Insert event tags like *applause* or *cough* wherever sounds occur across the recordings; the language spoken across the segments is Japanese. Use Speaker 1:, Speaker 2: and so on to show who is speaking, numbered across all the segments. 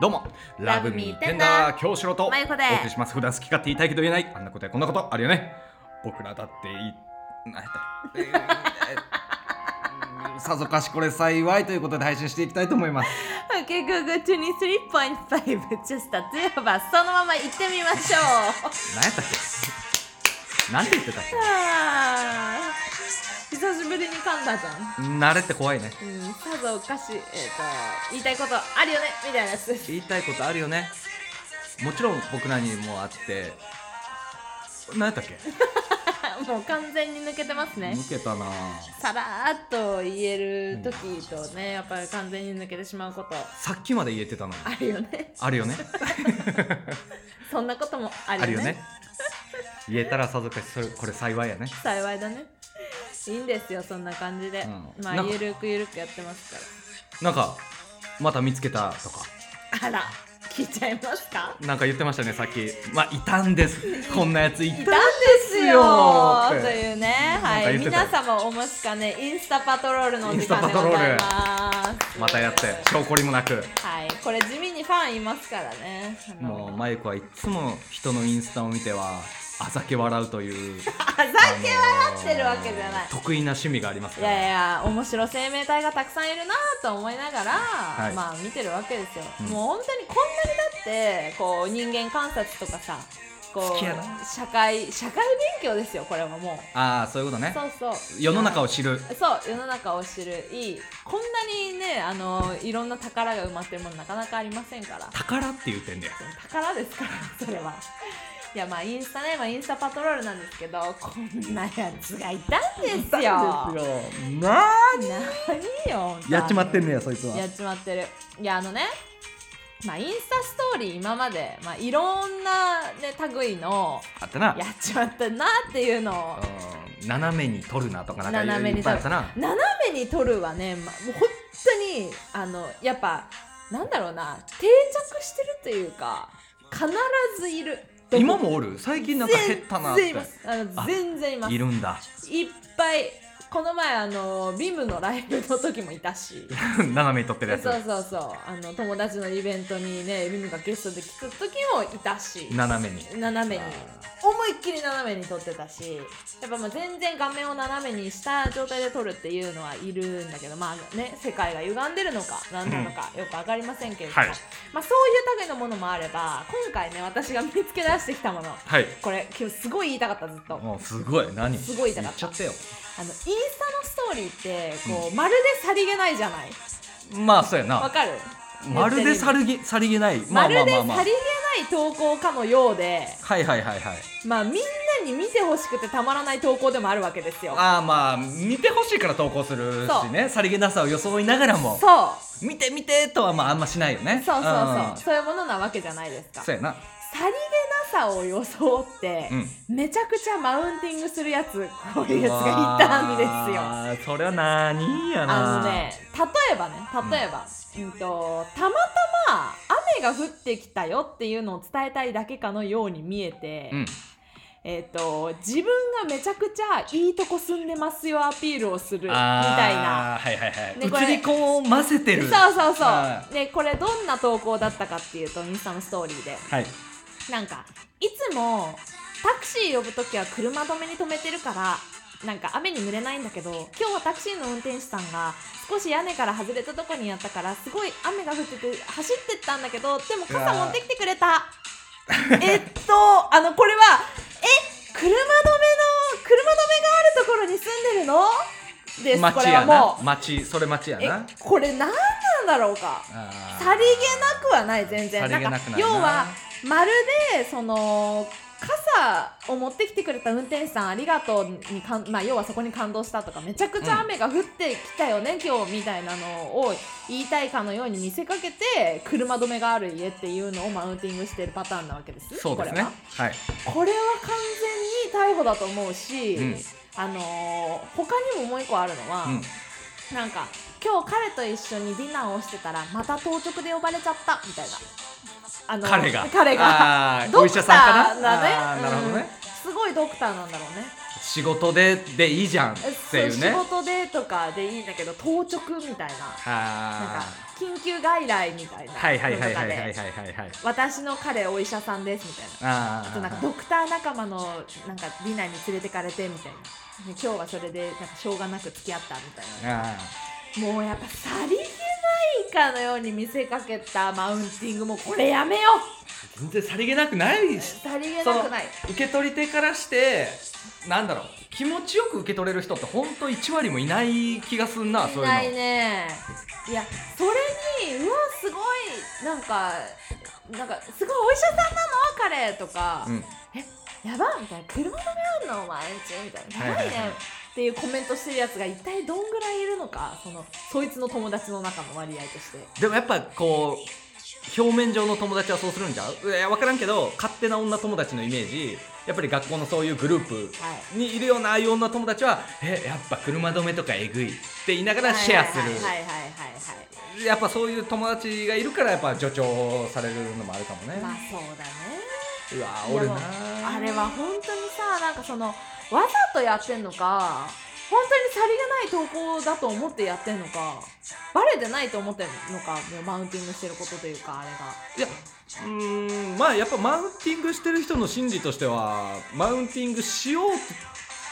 Speaker 1: どうもラ
Speaker 2: Love
Speaker 1: ブ
Speaker 2: me
Speaker 1: ミーテンダー京志郎とお
Speaker 2: まゆこ
Speaker 1: 送
Speaker 2: で
Speaker 1: りします普段好き勝手言いたいけど言えないあんなことやこんなことあるよね僕らだっていいなんやったえーえーさぞかしこれ幸いということで配信していきたいと思います
Speaker 2: Okay, Google 23.5 just the two of us そのまま行ってみましょう
Speaker 1: なんやったっけなんて言ってたっ
Speaker 2: あー久しぶりに噛んだじゃん
Speaker 1: け慣れって怖いね
Speaker 2: うん、さぞおかしい、えっ、と、言いたいことあるよねみたいなやつ。
Speaker 1: 言いたいことあるよねもちろん僕らにもあってなんやったっけ
Speaker 2: もう完全に抜けてますね。
Speaker 1: 抜けたなぁ
Speaker 2: さらーっと言える時とね、やっぱり完全に抜けてしまうこと
Speaker 1: さっきまで言えてたのに
Speaker 2: あるよね。
Speaker 1: あるよね
Speaker 2: そんなこともある
Speaker 1: ある
Speaker 2: よね。
Speaker 1: よね。言えたらさぞかしそれこれ幸いやね。
Speaker 2: 幸いだね。いいんですよ、そんな感じで。
Speaker 1: うん
Speaker 2: ま
Speaker 1: な
Speaker 2: あ、
Speaker 1: んか
Speaker 2: ゆるくゆるくやってますか
Speaker 1: なんかまた見つけたとか。
Speaker 2: ら。あら、聞いちゃいますか
Speaker 1: なんか言ってましたねさっき。まあいたんです。こんなやつい
Speaker 2: いた
Speaker 1: た。
Speaker 2: んですよ
Speaker 1: って
Speaker 2: というね、
Speaker 1: なんか
Speaker 2: はい、
Speaker 1: 言ってた
Speaker 2: 皆様お待ちかね、インスタパトロールのお時間でございます。
Speaker 1: またやって証拠りもなく。
Speaker 2: はい、これ地味にファンいますからね。あの
Speaker 1: もうマイクはいつも人のインスタを見てはあざけ笑うという。
Speaker 2: あざけ笑ってるわけじゃない。
Speaker 1: 得意な趣味があります
Speaker 2: い
Speaker 1: から。
Speaker 2: やいや、面白生命体がたくさんいるなと思いながら、
Speaker 1: い
Speaker 2: まあ見てるわけですよ。
Speaker 1: うん
Speaker 2: もう本当にこんなにだって、こう人間観察とかさ、こ
Speaker 1: 好きやな
Speaker 2: う社会社会勉強ですよ。これはも
Speaker 1: ああそういうこと
Speaker 2: う。
Speaker 1: ね
Speaker 2: そ。うそう。
Speaker 1: 世の中
Speaker 2: を。
Speaker 1: を知る。
Speaker 2: そう世の中を知るいいこんなにねあのいろんな宝が埋まってるものなかなかありませんから
Speaker 1: 宝って言ってんだよ。
Speaker 2: 宝ですからそれはいやまあインスタね、まあ、インスタパトロールなんですけどこんなやつがいたんですよ
Speaker 1: なあ。
Speaker 2: 何よ本当
Speaker 1: やっちまってんねやそいつは。
Speaker 2: やっちまってるいやあのねまあインスタストーリー今まで、まあ、いろんなね類の
Speaker 1: あったな
Speaker 2: や。っちまったなっていうのを
Speaker 1: うん斜めに撮るなとかなんか
Speaker 2: 斜めに
Speaker 1: いっぱいあったな。
Speaker 2: 斜めに撮るはね、ま、もう本当にあのやっぱなんだろうな定着してるというか必ずいる
Speaker 1: 今もおる最近なんか減ったなっ
Speaker 2: 全然い
Speaker 1: て
Speaker 2: ますあの
Speaker 1: あ
Speaker 2: 全然います
Speaker 1: いるんだ *laughs*
Speaker 2: いっぱいこの前あのビムのライブの時もいたし
Speaker 1: 斜めに撮ってるやつ
Speaker 2: そうそうそうあの友達のイベントにねビムがゲストで来た時もいたし
Speaker 1: 斜めに
Speaker 2: 斜めに
Speaker 1: あ
Speaker 2: 思いっきり斜めに撮ってたしやっぱもう全然画面を斜めにした状態で撮るっていうのはいるんだけどまあね世界が歪んでるのか何なのかよく分かりませんけれども、
Speaker 1: はい
Speaker 2: まあ、そういう類のものもあれば今回ね私が見つけ出してきたもの
Speaker 1: ーはい
Speaker 2: これ今日すごい言いたかったずっと。
Speaker 1: もうすごい何
Speaker 2: すごい痛
Speaker 1: 言
Speaker 2: かっ
Speaker 1: っちゃ
Speaker 2: た
Speaker 1: ってよ
Speaker 2: あのインスタのストーリーってこう、まるでさりげないじゃない
Speaker 1: まあそうや
Speaker 2: わ
Speaker 1: な
Speaker 2: かる
Speaker 1: まるでさ
Speaker 2: り、
Speaker 1: りげさりげないま
Speaker 2: ま
Speaker 1: あまあ
Speaker 2: るで
Speaker 1: まあ
Speaker 2: さ
Speaker 1: まあ
Speaker 2: りげない投稿かのようで
Speaker 1: はいはいはいはい
Speaker 2: まあみんなに見てほしくてたまらない投稿でもあるわけですよ
Speaker 1: ああまあ見てほしいから投稿するしねさりげなさを装いながらも
Speaker 2: そう
Speaker 1: 見て見てとはまああんましないよね
Speaker 2: そうそうそう、
Speaker 1: ん
Speaker 2: そういうものなわけじゃないですか
Speaker 1: そ
Speaker 2: さ
Speaker 1: うやな
Speaker 2: りげなさを装って、
Speaker 1: うん
Speaker 2: めちゃくちゃマウンティングするやつこういうやつがいたんですよ
Speaker 1: わーそれは何やな
Speaker 2: あのね例えばね例えば、うんとたまたま雨が降ってきたよっていうのを伝えたいだけかのように見えて、
Speaker 1: うん
Speaker 2: えっと自分がめちゃくちゃいいとこ住んでますよアピールをするみたいな。
Speaker 1: あーはいはいはい、
Speaker 2: ねこれ
Speaker 1: 映り込ませて
Speaker 2: そう
Speaker 1: る
Speaker 2: そう
Speaker 1: は
Speaker 2: そうでこれどんな投稿だったかっていうとインスタのストーリーで
Speaker 1: はい
Speaker 2: なんかいつもタクシー呼ぶ時は車止めに止めてるからなんか雨に濡れないんだけど今日はタクシーの運転手さんが少し屋根から外れたとこにやったからすごい雨が降ってて走ってったんだけどでも傘持ってきてくれた *laughs* えっとあのこれはえ車止めの車止めがあるところに住んでるのですこ
Speaker 1: 町
Speaker 2: れは
Speaker 1: やな
Speaker 2: もう
Speaker 1: 町それ町や
Speaker 2: え
Speaker 1: な
Speaker 2: これ何なんだろうか
Speaker 1: あー
Speaker 2: さりげなくはない全然
Speaker 1: さりげなくないなん
Speaker 2: か要はまるでその傘を持ってきてくれた運転手さんありがとうにかん、まあ、要はそこに感動したとかめちゃくちゃ雨が降ってきたよね、今日みたいなのを言いたいかのように見せかけて車止めがある家っていうのをマウンティングしてるパターンなわけです
Speaker 1: そうですね
Speaker 2: こ
Speaker 1: はい
Speaker 2: れはこれは完全に逮捕だと思うし、
Speaker 1: うん
Speaker 2: あのー他にももう一個あるのは、
Speaker 1: うん
Speaker 2: なんか今日彼と一緒にディナーをしてたらまた当直で呼ばれちゃったみたいなあの
Speaker 1: 彼が
Speaker 2: 彼が
Speaker 1: あー
Speaker 2: ド
Speaker 1: お
Speaker 2: ク
Speaker 1: 医
Speaker 2: タ
Speaker 1: 者
Speaker 2: ー
Speaker 1: さんかな
Speaker 2: だね
Speaker 1: あーなるほどね
Speaker 2: うんすごいドクターなんだろうね
Speaker 1: 仕事ででいいじゃんっていうね
Speaker 2: そう仕事でとかでいいんだけど当直みたいななんか
Speaker 1: は
Speaker 2: 緊急外来みたいな
Speaker 1: あはいはいはいはいはいはい
Speaker 2: のとかで
Speaker 1: はいはい
Speaker 2: 私の彼お医者さんですみたいな
Speaker 1: あ
Speaker 2: あ
Speaker 1: ー
Speaker 2: となんかドクター仲間のなんかディナーに連れてかれてみたいな今日はそれでなんかしょうがなく付き合ったみたいな
Speaker 1: あ
Speaker 2: もうやっぱさりげないかのように見せかけたマウンティングもこれやめよ
Speaker 1: ー全然さりげなくないし
Speaker 2: さりげなくない
Speaker 1: 受け取り手からしてなんだろう気持ちよく受け取れる人ってほんと1割もいない気がすんなそう
Speaker 2: いない
Speaker 1: いうの
Speaker 2: ねいやそれにうわすごいなんかなんかすごいお医者さんなの彼とか、
Speaker 1: うん
Speaker 2: やばみたいな車止めあんのお前んちみたいなやばい
Speaker 1: はい
Speaker 2: ね、
Speaker 1: はいはい
Speaker 2: っていうコメントしてるやつが一体どんぐらいいるのかそのそいつの友達の中の割合として
Speaker 1: でもやっぱこう表面上の友達はそうするんじゃういや分からんけど勝手な女友達のイメージやっぱり学校のそういうグループ
Speaker 2: はい
Speaker 1: にいるようなああいう女友達は「えやっぱ車止めとかえぐい」って言いながらシェアす
Speaker 2: はいはいはい
Speaker 1: る
Speaker 2: はい
Speaker 1: やっぱそういう友達がいるからやっぱ助長されるのもあるかもね
Speaker 2: はいはいまあそうだね
Speaker 1: うわお
Speaker 2: いや
Speaker 1: る
Speaker 2: もう
Speaker 1: な
Speaker 2: あれは本当にさなんかそのわざとやってんのか本当にさりげない投稿だと思ってやってんのかバレてないと思ってんのかもうマウンティングしてることというかあれが
Speaker 1: いやうーんまあやっぱマウンティングしてる人の心理としてはマウンティングしようと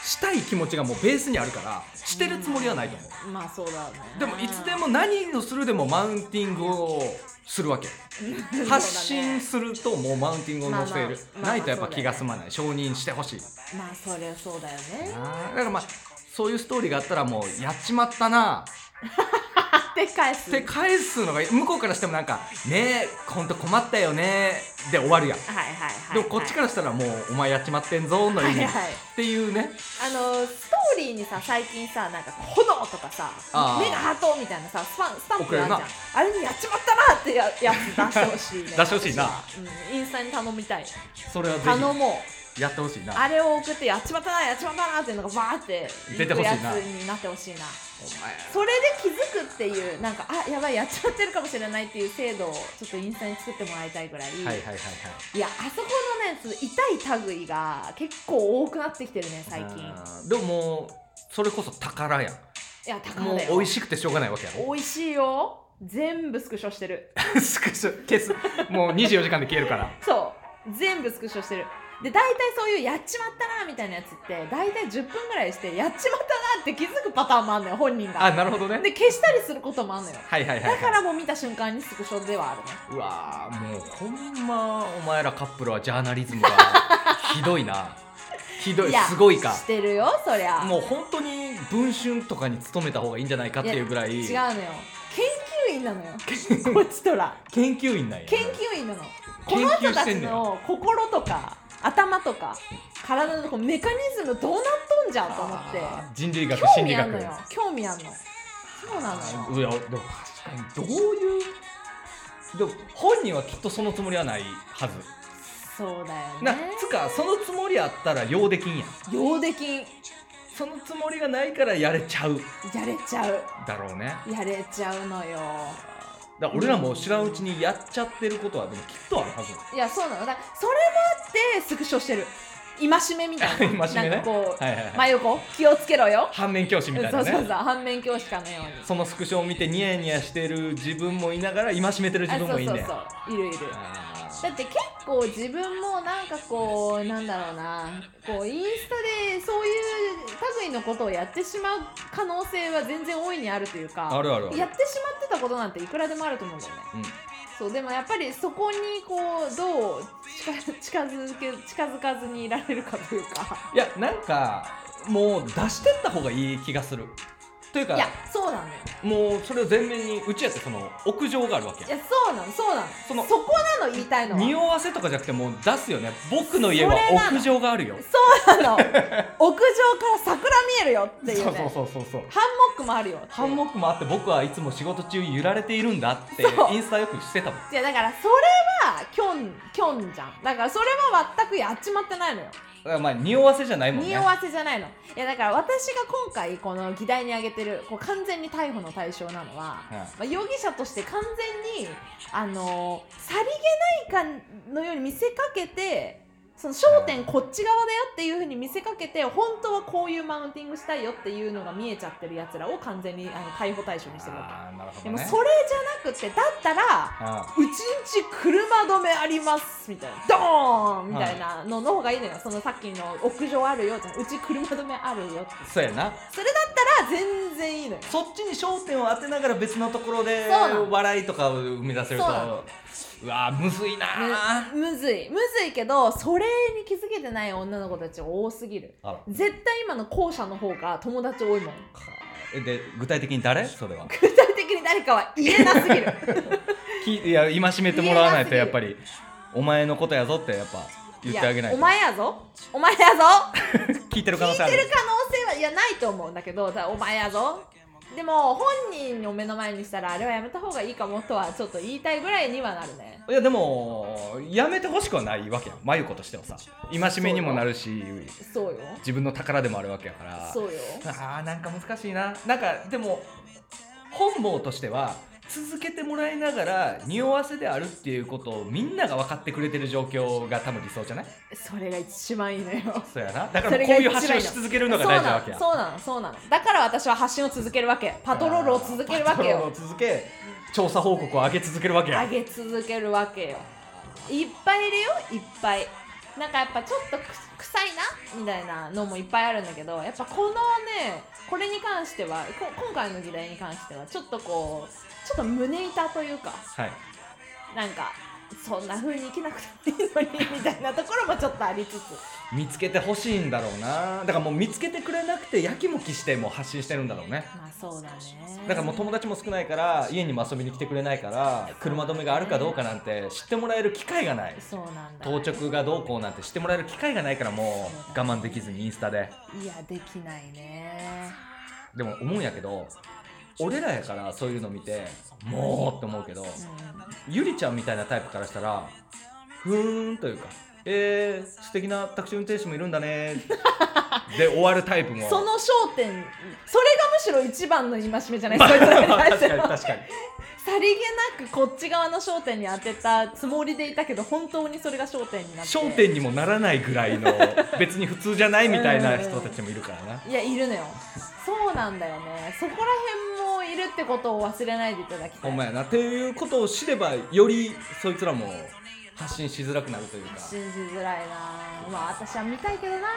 Speaker 1: したい気持ちがもうベースにあるからしてるつもりはないと思う、
Speaker 2: まあそうだね
Speaker 1: でもいつでも何をするでもマウンティングをするわけ
Speaker 2: そうだね
Speaker 1: 発信するともうマウンティングを載せている、
Speaker 2: まあまあ
Speaker 1: ないとやっぱ
Speaker 2: まあまあ
Speaker 1: 気が済まない、承認してほしい
Speaker 2: まあそりゃそうだよね
Speaker 1: なあだからまあそういうストーリーがあったらもうやっちまったな
Speaker 2: で返す
Speaker 1: って返すのが向こうからしてもなんか「ねえほんと困ったよね」で終わるやん
Speaker 2: はいはいはい、はい、
Speaker 1: でもこっちからしたらもう「お前やっちまってんぞ」の意
Speaker 2: はい
Speaker 1: 味っ
Speaker 2: はい
Speaker 1: ていうね
Speaker 2: あのストーリーにさ最近さなんか炎とかさ
Speaker 1: あー
Speaker 2: 目がハートみたいなさスパンスタンプ
Speaker 1: 送れるな、
Speaker 2: があるじゃんあれにやっちまったなってややつ出してほしい、ね
Speaker 1: *laughs* 出してほしいな
Speaker 2: 私うん、インスタに頼みたい
Speaker 1: それはぜ
Speaker 2: 頼もう
Speaker 1: ひやってほしいな
Speaker 2: あれを送ってやっちまったなやっちまったなっていうのがバーって
Speaker 1: 出てほしいな
Speaker 2: 行くやつになってほしいな
Speaker 1: お前
Speaker 2: それで気づくっていうなんかあやばいやっちまってるかもしれないっていう制度をちょっとインスタに作ってもらいたいぐらい、
Speaker 1: はいはいはいはい
Speaker 2: いやあそこのねその痛い類が結構多くなってきてるね最近
Speaker 1: あーでももうそれこそ宝やん
Speaker 2: いや高
Speaker 1: もう
Speaker 2: だよ
Speaker 1: 美味しくてしょうがないわけやろ *laughs*
Speaker 2: 美味しいよ全部スクショしてる
Speaker 1: スクショ消すもう24時間で消えるから
Speaker 2: そう全部スクショしてるで大体そういうやっちまったなみたいなやつって大体10分ぐらいしてやっちまったなって気づくパターンもあんのよ本人
Speaker 1: あ
Speaker 2: が
Speaker 1: なるほどね
Speaker 2: で消したりすることもあんのよ
Speaker 1: はいはいはい、はい、
Speaker 2: だからもう見た瞬間にスクショではあるね
Speaker 1: うわーもうほんまお前らカップルはジャーナリズムがひどいなひどい
Speaker 2: や
Speaker 1: すごいか
Speaker 2: してるよそりゃ
Speaker 1: もう本当に文春とかに勤めた方がいいんじゃないかっていうぐらい
Speaker 2: 違うのよ研究員なのよこっちとら
Speaker 1: 研究員なんや
Speaker 2: 研究員なのこ
Speaker 1: 研
Speaker 2: の人
Speaker 1: 究
Speaker 2: た
Speaker 1: して
Speaker 2: ち
Speaker 1: んねん
Speaker 2: の心とか頭とか体のこうメカニズムどうなっとんじゃんと思って
Speaker 1: あー人類学
Speaker 2: 興
Speaker 1: 心
Speaker 2: 味
Speaker 1: 理
Speaker 2: あ
Speaker 1: 学
Speaker 2: んのよ興味あんのそうなのよ
Speaker 1: いやでも確かにどういうでも本人はきっとそのつもりはないはず
Speaker 2: そうだよ
Speaker 1: な
Speaker 2: ね
Speaker 1: つかそのつもりあったら量できんやん
Speaker 2: 上出禁や
Speaker 1: そのつもりがないからやれちゃう
Speaker 2: れちゃう
Speaker 1: だろうね
Speaker 2: やれちゃうのよ
Speaker 1: だから俺らも知らんうちにやっちゃってることはでもきっとあるはず
Speaker 2: いやそうなのだからそれもあってスクショしてる戒めみたい
Speaker 1: *laughs*
Speaker 2: な
Speaker 1: 戒めね
Speaker 2: なんかこう、
Speaker 1: はいはいはい
Speaker 2: 真横気をつけろよ
Speaker 1: 反面教師みたい
Speaker 2: そ
Speaker 1: な
Speaker 2: うそうそう
Speaker 1: ね
Speaker 2: 反面教師かのように
Speaker 1: そのスクショを見てニヤニヤしてる自分もいながら戒めてる自分もいいんだよ
Speaker 2: あそうそうそういるいる
Speaker 1: あ
Speaker 2: だって結構自分もなんかこうなんだろうなこうインスタでそういう類のことをやってしまう可能性は全然大いにあるというか
Speaker 1: ーあるあるある
Speaker 2: やってしまってたことなんていくらでもあると思うんだよね
Speaker 1: うん
Speaker 2: そうでもやっぱりそこにこうどう近近づけ近づかずにいられるかというか
Speaker 1: いやなんかもう出してった方がいい気がするというか
Speaker 2: いやそうなのよ
Speaker 1: もうそれを前面にうちやってその屋上があるわけ
Speaker 2: いやそうなのそうなの
Speaker 1: そ
Speaker 2: そ
Speaker 1: の
Speaker 2: こなの言いたいのは
Speaker 1: 匂わせとかじゃなくてもう出すよね僕の家は
Speaker 2: それなの
Speaker 1: 屋上があるよ
Speaker 2: そうなの *laughs* 屋上から桜見えるよっていうね
Speaker 1: そうそうそうそう
Speaker 2: ハンモックもあるよっていう
Speaker 1: ハンモックもあって僕はいつも仕事中揺られているんだって
Speaker 2: そう
Speaker 1: インスタよくしてたもん
Speaker 2: いやだからそれはキョンキョンじゃんだからそれは全くやっちまってないのよ
Speaker 1: だからまあ匂わせじゃないもんね
Speaker 2: 匂わせじゃないのいやだから私が今回この議題に挙げてるこう完全に逮捕の対象なのは、
Speaker 1: うん
Speaker 2: まあ、容疑者として完全にあのさりげないかのように見せかけてそその焦点こっち側だよっていうふうに見せかけて本当はこういうマウンティングしたいよっていうのが見えちゃってるやつらを完全にあの逮捕対象にしてるわ
Speaker 1: あーなる
Speaker 2: け
Speaker 1: ほ
Speaker 2: で
Speaker 1: ど
Speaker 2: も
Speaker 1: ね
Speaker 2: それじゃなくてだったら
Speaker 1: あ
Speaker 2: うちんち車止めありますみたいなドーンみたいなのの方がいいのよそのさっきの屋上あるよじゃないうち車止めあるよって
Speaker 1: ーそうやな
Speaker 2: それだったら全然いいのよ
Speaker 1: そっちに焦点を当てながら別のところで
Speaker 2: そうなの
Speaker 1: 笑いとかを生み出せると
Speaker 2: そうなの
Speaker 1: うわーむずいなー
Speaker 2: むむずいむずいけどそれに気づけてない女の子たち多すぎる
Speaker 1: あら
Speaker 2: 絶対今の後者の方が友達多いもん
Speaker 1: えで具体的に誰それは
Speaker 2: 具体的に誰かは言えなすぎる
Speaker 1: きいや戒めてもらわないとやっぱりお前のことやぞってやっぱ *laughs* 言ってあげない
Speaker 2: や
Speaker 1: と
Speaker 2: お前やぞお前やぞ
Speaker 1: 聞いてる可
Speaker 2: 聞
Speaker 1: 能
Speaker 2: い
Speaker 1: 性
Speaker 2: て
Speaker 1: ある
Speaker 2: る可能性はいやないと思うんだけどだお前やぞでも本人を目の前にしたらあれはやめた方がいいかもとはちょっと言いたいぐらいにはなるね
Speaker 1: いやでもやめてほしくはないわけやん真由子としてもさ戒めにもなるし
Speaker 2: そうよ
Speaker 1: 自分の宝でもあるわけやから
Speaker 2: そうよ
Speaker 1: あーなんか難しいななんかでも本望としては続けてもらいながら匂わせであるっていうことをみんなが分かってくれてる状況が多分理想じゃない
Speaker 2: それが一番いいのよ
Speaker 1: そうやなだか
Speaker 2: そ
Speaker 1: ら
Speaker 2: れ
Speaker 1: こう
Speaker 2: が
Speaker 1: いう
Speaker 2: 一
Speaker 1: 発信を
Speaker 2: 番いいの
Speaker 1: し続けるのが大事なわけや
Speaker 2: そうなのそうなのそうなのだから私は発信を続けるわけパトロールを続けるわ
Speaker 1: パ
Speaker 2: け
Speaker 1: トロー
Speaker 2: よ
Speaker 1: ルを続け調査報告を上げ続けるわけや
Speaker 2: 上げ続けるわけよいっぱいいるよいっぱいなんかやっぱちょっとく臭いなみたいなのもいっぱいあるんだけどやっぱこのねこれに関してはこ今回の議題に関してはちょっとこうちょっと胸板というか
Speaker 1: はい
Speaker 2: なんかそんな風に生きなくてもいいのにみたいなところもちょっとありつつ
Speaker 1: 見つけてほしいんだろうなだからもう見つけてくれなくてやきもきしてもう発信してるんだろうね
Speaker 2: まあそうだね
Speaker 1: だからもう友達も少ないから家にも遊びに来てくれないから車止めがあるかどうかなんて知ってもらえる機会がない
Speaker 2: そうなんだ
Speaker 1: 当直がどうこうなんて知ってもらえる機会がないからもう我慢できずにインスタで
Speaker 2: いやできないね
Speaker 1: でも思うんやけど俺らやからそういうの見てもうって思うけど
Speaker 2: う
Speaker 1: ゆりちゃんみたいなタイプからしたらふーんというかえー、素敵なタクシー運転手もいるんだねで終わるタイプ
Speaker 2: ん
Speaker 1: も
Speaker 2: その焦点それがむしろ一番の戒めじゃないですか
Speaker 1: *laughs* 確かに確かに
Speaker 2: さりげなくこっち側の焦点に当てたつもりでいたけど本当にそれが焦点になって
Speaker 1: 焦点にもならないぐらいの別に普通じゃないみたいな人たちもいるからない
Speaker 2: やいるのよそうなんだよねそこら辺もいるってことを忘れないでいただきた
Speaker 1: ほ
Speaker 2: い
Speaker 1: んまやなっていうことを知ればよりそいつらも発信しづらくなるというか
Speaker 2: 信じづらいなまあ私は見たいけどな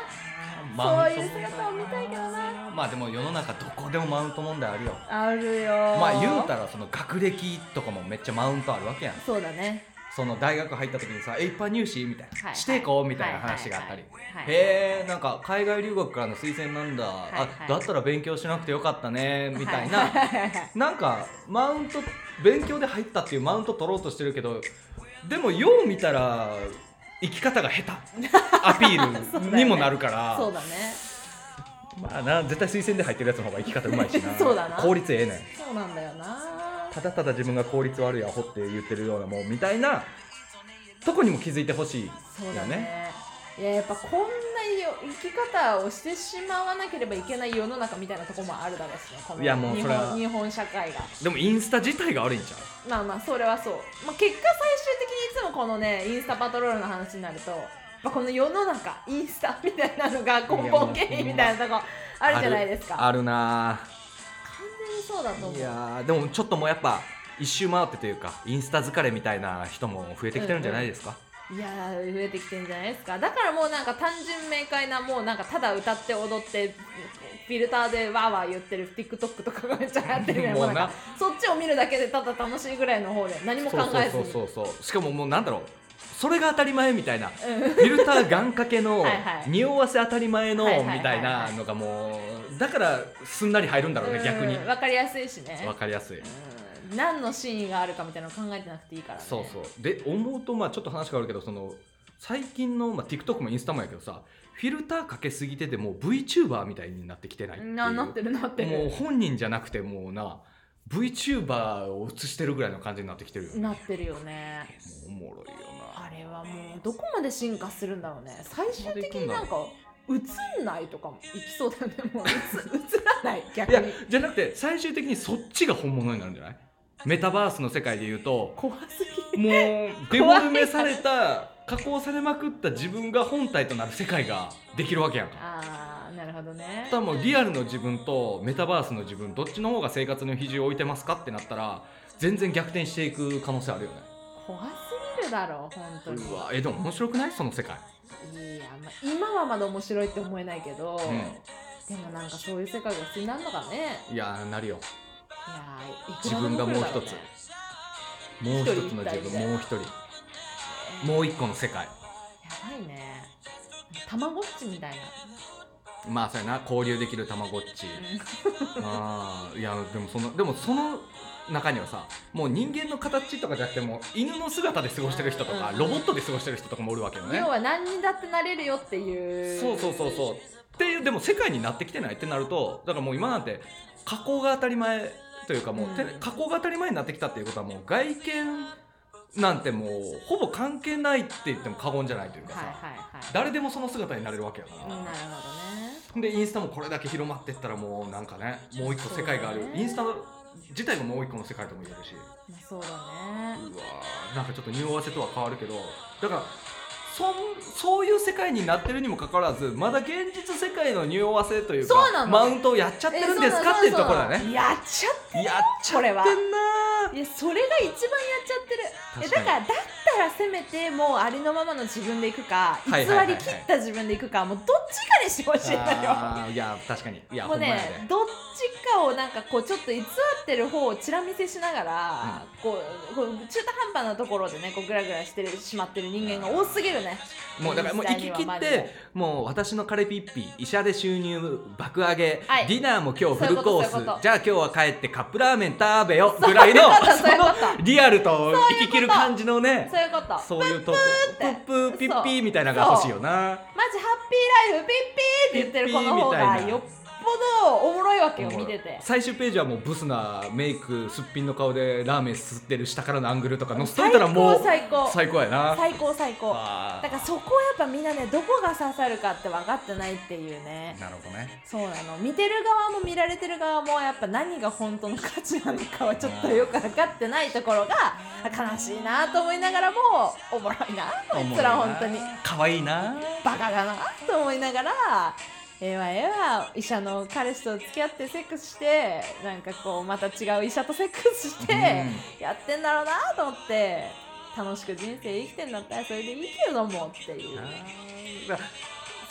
Speaker 2: そういう姿を見たいけどな
Speaker 1: まあでも世の中どこでもマウント問題あるよ
Speaker 2: あるよ
Speaker 1: まあ言うたらその学歴とかもめっちゃマウントあるわけやん
Speaker 2: そうだね
Speaker 1: その大学入った時にさ「え一般入試?」みたいな「
Speaker 2: はい
Speaker 1: していこう」みたいな話があったり
Speaker 2: はい
Speaker 1: 「
Speaker 2: はい
Speaker 1: へえんか海外留学からの推薦なんだ、
Speaker 2: はいは
Speaker 1: あ
Speaker 2: い
Speaker 1: だったら勉強しなくてよかったね」みたいな、
Speaker 2: はいはいはいはい
Speaker 1: なんかマウント勉強で入ったっていうマウント取ろうとしてるけどでもよう見たら生き方が
Speaker 2: *laughs*
Speaker 1: 下手アピ
Speaker 2: そうだ
Speaker 1: ー
Speaker 2: よ
Speaker 1: ル
Speaker 2: ね
Speaker 1: にもなるから、
Speaker 2: そうだね
Speaker 1: まあな絶対推薦で入ってるやつの方が生き方うまいしな
Speaker 2: *laughs* そうだな
Speaker 1: 効率ええねん
Speaker 2: そうなんだよな
Speaker 1: ただただ自分が効率悪いアホって言ってるようなもうみたいなとこにも気づいてほしいよ
Speaker 2: そうだねいややっぱこんなよ生き方をしてしまわなければいけない世の中みたいなとこもあるだろうしねこの
Speaker 1: いやもう
Speaker 2: 日
Speaker 1: それは
Speaker 2: 本日本社会が
Speaker 1: でもインスタ自体が悪いんちゃう
Speaker 2: まあまあそれはそう、まあ、結果最終的にいつもこのねインスタパトロールの話になるとまあこの世の中インスタみたいなのが根本原因みたいなとこあるじゃないですか
Speaker 1: あるなあ
Speaker 2: 完全にそうだと思う
Speaker 1: いやーでもちょっともうやっぱ一周回ってというかインスタ疲れみたいな人も増えてきてるんじゃないですか、
Speaker 2: いやー増えてきてんじゃないですかだからもうなんか単純明快なもうなんかただ歌って踊ってフィルターでわーわー言ってる TikTok とかがめっちゃ流行ってるぐらい
Speaker 1: も
Speaker 2: も
Speaker 1: う
Speaker 2: う
Speaker 1: な
Speaker 2: なん
Speaker 1: *laughs*
Speaker 2: かそっちを見るだけでただ楽しいぐらいの方で何も考えず
Speaker 1: そ
Speaker 2: に
Speaker 1: うそうそうそうしかももうなんだろうそれが当たり前みたいな、フィルター願掛けの
Speaker 2: *laughs* はいはい
Speaker 1: 匂わせ当たり前の
Speaker 2: はいはいはいはい
Speaker 1: みたいなのがもうだからすんなり入るんだろうね逆に
Speaker 2: うんわかりやすいしね
Speaker 1: わかりやすい
Speaker 2: うん何の真意があるかみたいなの考えてなくていいからね
Speaker 1: そうそうで思うとまあちょっと話変わるけどその最近の、まあ、TikTok もインスタもやけどさフィルターかけすぎててもう VTuber みたいになってきてないっていう
Speaker 2: ななってるなって
Speaker 1: もう
Speaker 2: る
Speaker 1: 本人じゃなくてもうな VTuber を映してるぐらいの感じになってきてるよね
Speaker 2: なってるよね
Speaker 1: もうおもろいよな
Speaker 2: あれはもうどこまで進化するんだろうね最終的になんか映んないとかもいきそうだよねもう映 *laughs* 映らない逆
Speaker 1: いや
Speaker 2: に
Speaker 1: じゃなくて最終的にそっちが本物になるんじゃないメタバースの世界で言うと
Speaker 2: 怖すぎ
Speaker 1: もうデフォルメされた加工されまくった自分が本体となる世界ができるわけやんか
Speaker 2: あーなるほどね
Speaker 1: 多分リアルの自分とメタバースの自分どっちの方が生活の比重を置いてますかってなったら全然逆転していく可能性あるよね
Speaker 2: 怖すぎるだろ本当に
Speaker 1: うわえでも面白くないその世界、
Speaker 2: いや、まあ、今はまだ面白いって思えないけど、
Speaker 1: う
Speaker 2: でもなんかそういう世界が好きになるのかねい
Speaker 1: ん、いやーなるよ
Speaker 2: やーいく
Speaker 1: 自
Speaker 2: らで
Speaker 1: 分が
Speaker 2: 来
Speaker 1: も
Speaker 2: る
Speaker 1: う
Speaker 2: だ
Speaker 1: 一
Speaker 2: ろ
Speaker 1: つ
Speaker 2: ね
Speaker 1: もう一
Speaker 2: 一人
Speaker 1: つの自
Speaker 2: 一体
Speaker 1: 分
Speaker 2: で
Speaker 1: もう一人もう一個の世界
Speaker 2: やばいねたまごっちみたいな、
Speaker 1: まあそうやな交流できるたまごっちあーいやでもそのでもその中にはさもう人間の形とかじゃなくてもう犬の姿で過ごしてる人とか
Speaker 2: うん
Speaker 1: ロボットで過ごしてる人とかもおるわけよね
Speaker 2: 要は何にだってなれるよっていう
Speaker 1: そうそうそうそうっていうでも世界になってきてないってなるとだからもう今なんて加工が当たり前というかもう、て
Speaker 2: うん
Speaker 1: 加工が当たり前になってきたっていうことはもう外見なんてもうほぼ関係ないって言っても過言じゃないというかさ、
Speaker 2: はいはいはい
Speaker 1: 誰でもその姿になれるわけやか
Speaker 2: なる
Speaker 1: ら、
Speaker 2: ほどね
Speaker 1: でインスタもこれだけ広まってったらもうなんかねもう一個世界がある、
Speaker 2: そうね
Speaker 1: インスタ自体がもう一個の世界とも言えるし
Speaker 2: まあそうだね
Speaker 1: うわーなんかちょっと匂わせとは変わるけどだからそんそういう世界になってるにもかかわらずまだ現実世界の匂わせというか
Speaker 2: そうなの
Speaker 1: マウントをやっちゃってるんですかっていうところだ
Speaker 2: えそうなのそうな
Speaker 1: ね
Speaker 2: のやっちゃっ
Speaker 1: やっちゃってんなー
Speaker 2: こいやそれが一番やっちゃってるえ
Speaker 1: 確か
Speaker 2: だ
Speaker 1: に
Speaker 2: からだったらせめてもうありのままの自分でいくか偽
Speaker 1: はいはいはいはい
Speaker 2: り切った自分でいくかもうどっちかにしてほしいんだよ
Speaker 1: あーいや確かにいや
Speaker 2: も
Speaker 1: ほ
Speaker 2: うん
Speaker 1: まや
Speaker 2: ねどっちかをなんかこうちょっと偽ってる方をちら見せしながら、こうこう中途半端なところでねこうグラグラしてるしまってる人間が多すぎ
Speaker 1: *laughs*
Speaker 2: るね
Speaker 1: でもうだからもう行き切ってもう私のカレピッピ医者で収入爆上げ、
Speaker 2: はい
Speaker 1: ディナーも今日フルコース
Speaker 2: そういうことそういうこと
Speaker 1: じゃあ今日は帰ってカップラーメン食べよぐらいの *laughs* そ
Speaker 2: そういうこと
Speaker 1: のリアルと行き切る感じのね
Speaker 2: そういうこと
Speaker 1: そういうとこプ
Speaker 2: ーって
Speaker 1: ップーピッピーみたいなのが欲しいよな
Speaker 2: マジハッピーライフピッピーって言ってる子の方が
Speaker 1: ピッピーみたいな
Speaker 2: よっぽどおもろいわけよ見てて
Speaker 1: 最終ページはもうブスなメイクすっぴんの顔でラーメンすすってる下からのアングルとか載せといたらもう
Speaker 2: 最高最
Speaker 1: 最高やな
Speaker 2: 高最高最高
Speaker 1: あー
Speaker 2: だからそこはやっぱみんなねどこが刺さるかって分かってないっていうね
Speaker 1: なるほどね
Speaker 2: そうなの見てる側も見られてる側もやっぱ何が本当の価値なのかはちょっとよく分かってないと
Speaker 1: *laughs*
Speaker 2: ころがあ悲しいなと思いながらもおもろいなこいつら本当に
Speaker 1: 可愛いな
Speaker 2: バカだなと思いながらええわええわ医者の彼氏と付き合ってセックスしてなんかこうまた違う医者とセックスしてやってんだろうなと思って楽しく人生生きてんだったらそれでいいけどもっていう。
Speaker 1: だから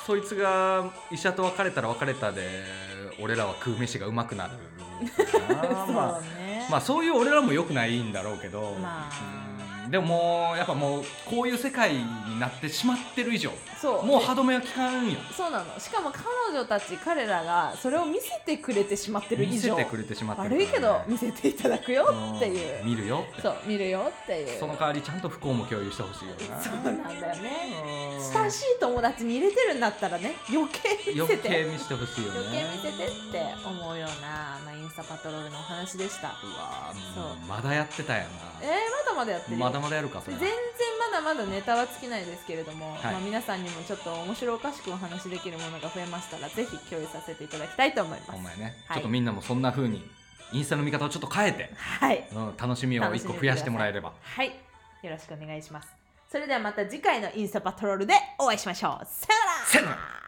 Speaker 1: そいつが医者と別れたら別れたで俺らは食う飯がうまくなるなま
Speaker 2: そ
Speaker 1: あ
Speaker 2: うね、
Speaker 1: まあそういう俺らも良くないんだろうけど、
Speaker 2: ま
Speaker 1: うんでももうやっぱもうこういう世界になってしまってる以上
Speaker 2: そう
Speaker 1: もう歯止めは効かんよ
Speaker 2: そうなのしかも彼女たち彼らがそれを見せてくれてしまってる以
Speaker 1: 見せ
Speaker 2: 上
Speaker 1: てくれてしまってるからね
Speaker 2: 悪いけど見せていただくよっていう
Speaker 1: うん見るよって
Speaker 2: そう見るよっていう
Speaker 1: その代わりちゃんと不幸も共有してほしいよな
Speaker 2: そうなんだよね
Speaker 1: うん
Speaker 2: 親しい友達に入れてるんだったらね余計見
Speaker 1: 余
Speaker 2: せて
Speaker 1: 計見せてほしいよね
Speaker 2: 余計見せてって思うような、まあ、インスタパトロールのお話でした
Speaker 1: うわー
Speaker 2: そう
Speaker 1: うんまだやってたや
Speaker 2: えー、まだまだやって
Speaker 1: な
Speaker 2: るよ
Speaker 1: まだまだやるかそれ
Speaker 2: 全然まだまだネタは尽きないですけれども、
Speaker 1: い
Speaker 2: まあ、皆さんにもちょっと面白おかしくお話しできるものが増えましたらぜひ共有させていただきたいと思いま
Speaker 1: お
Speaker 2: す
Speaker 1: 前ね、
Speaker 2: は
Speaker 1: ち
Speaker 2: い
Speaker 1: ょっとみんなもそんな風にインスタの見方をちょっと変えて、
Speaker 2: はい
Speaker 1: うん、楽しみを一個増やしてもらえれば
Speaker 2: はい。よろしくお願いします。それではまた次回のインスタパトロールでお会いしましょう。さよなら
Speaker 1: せやなら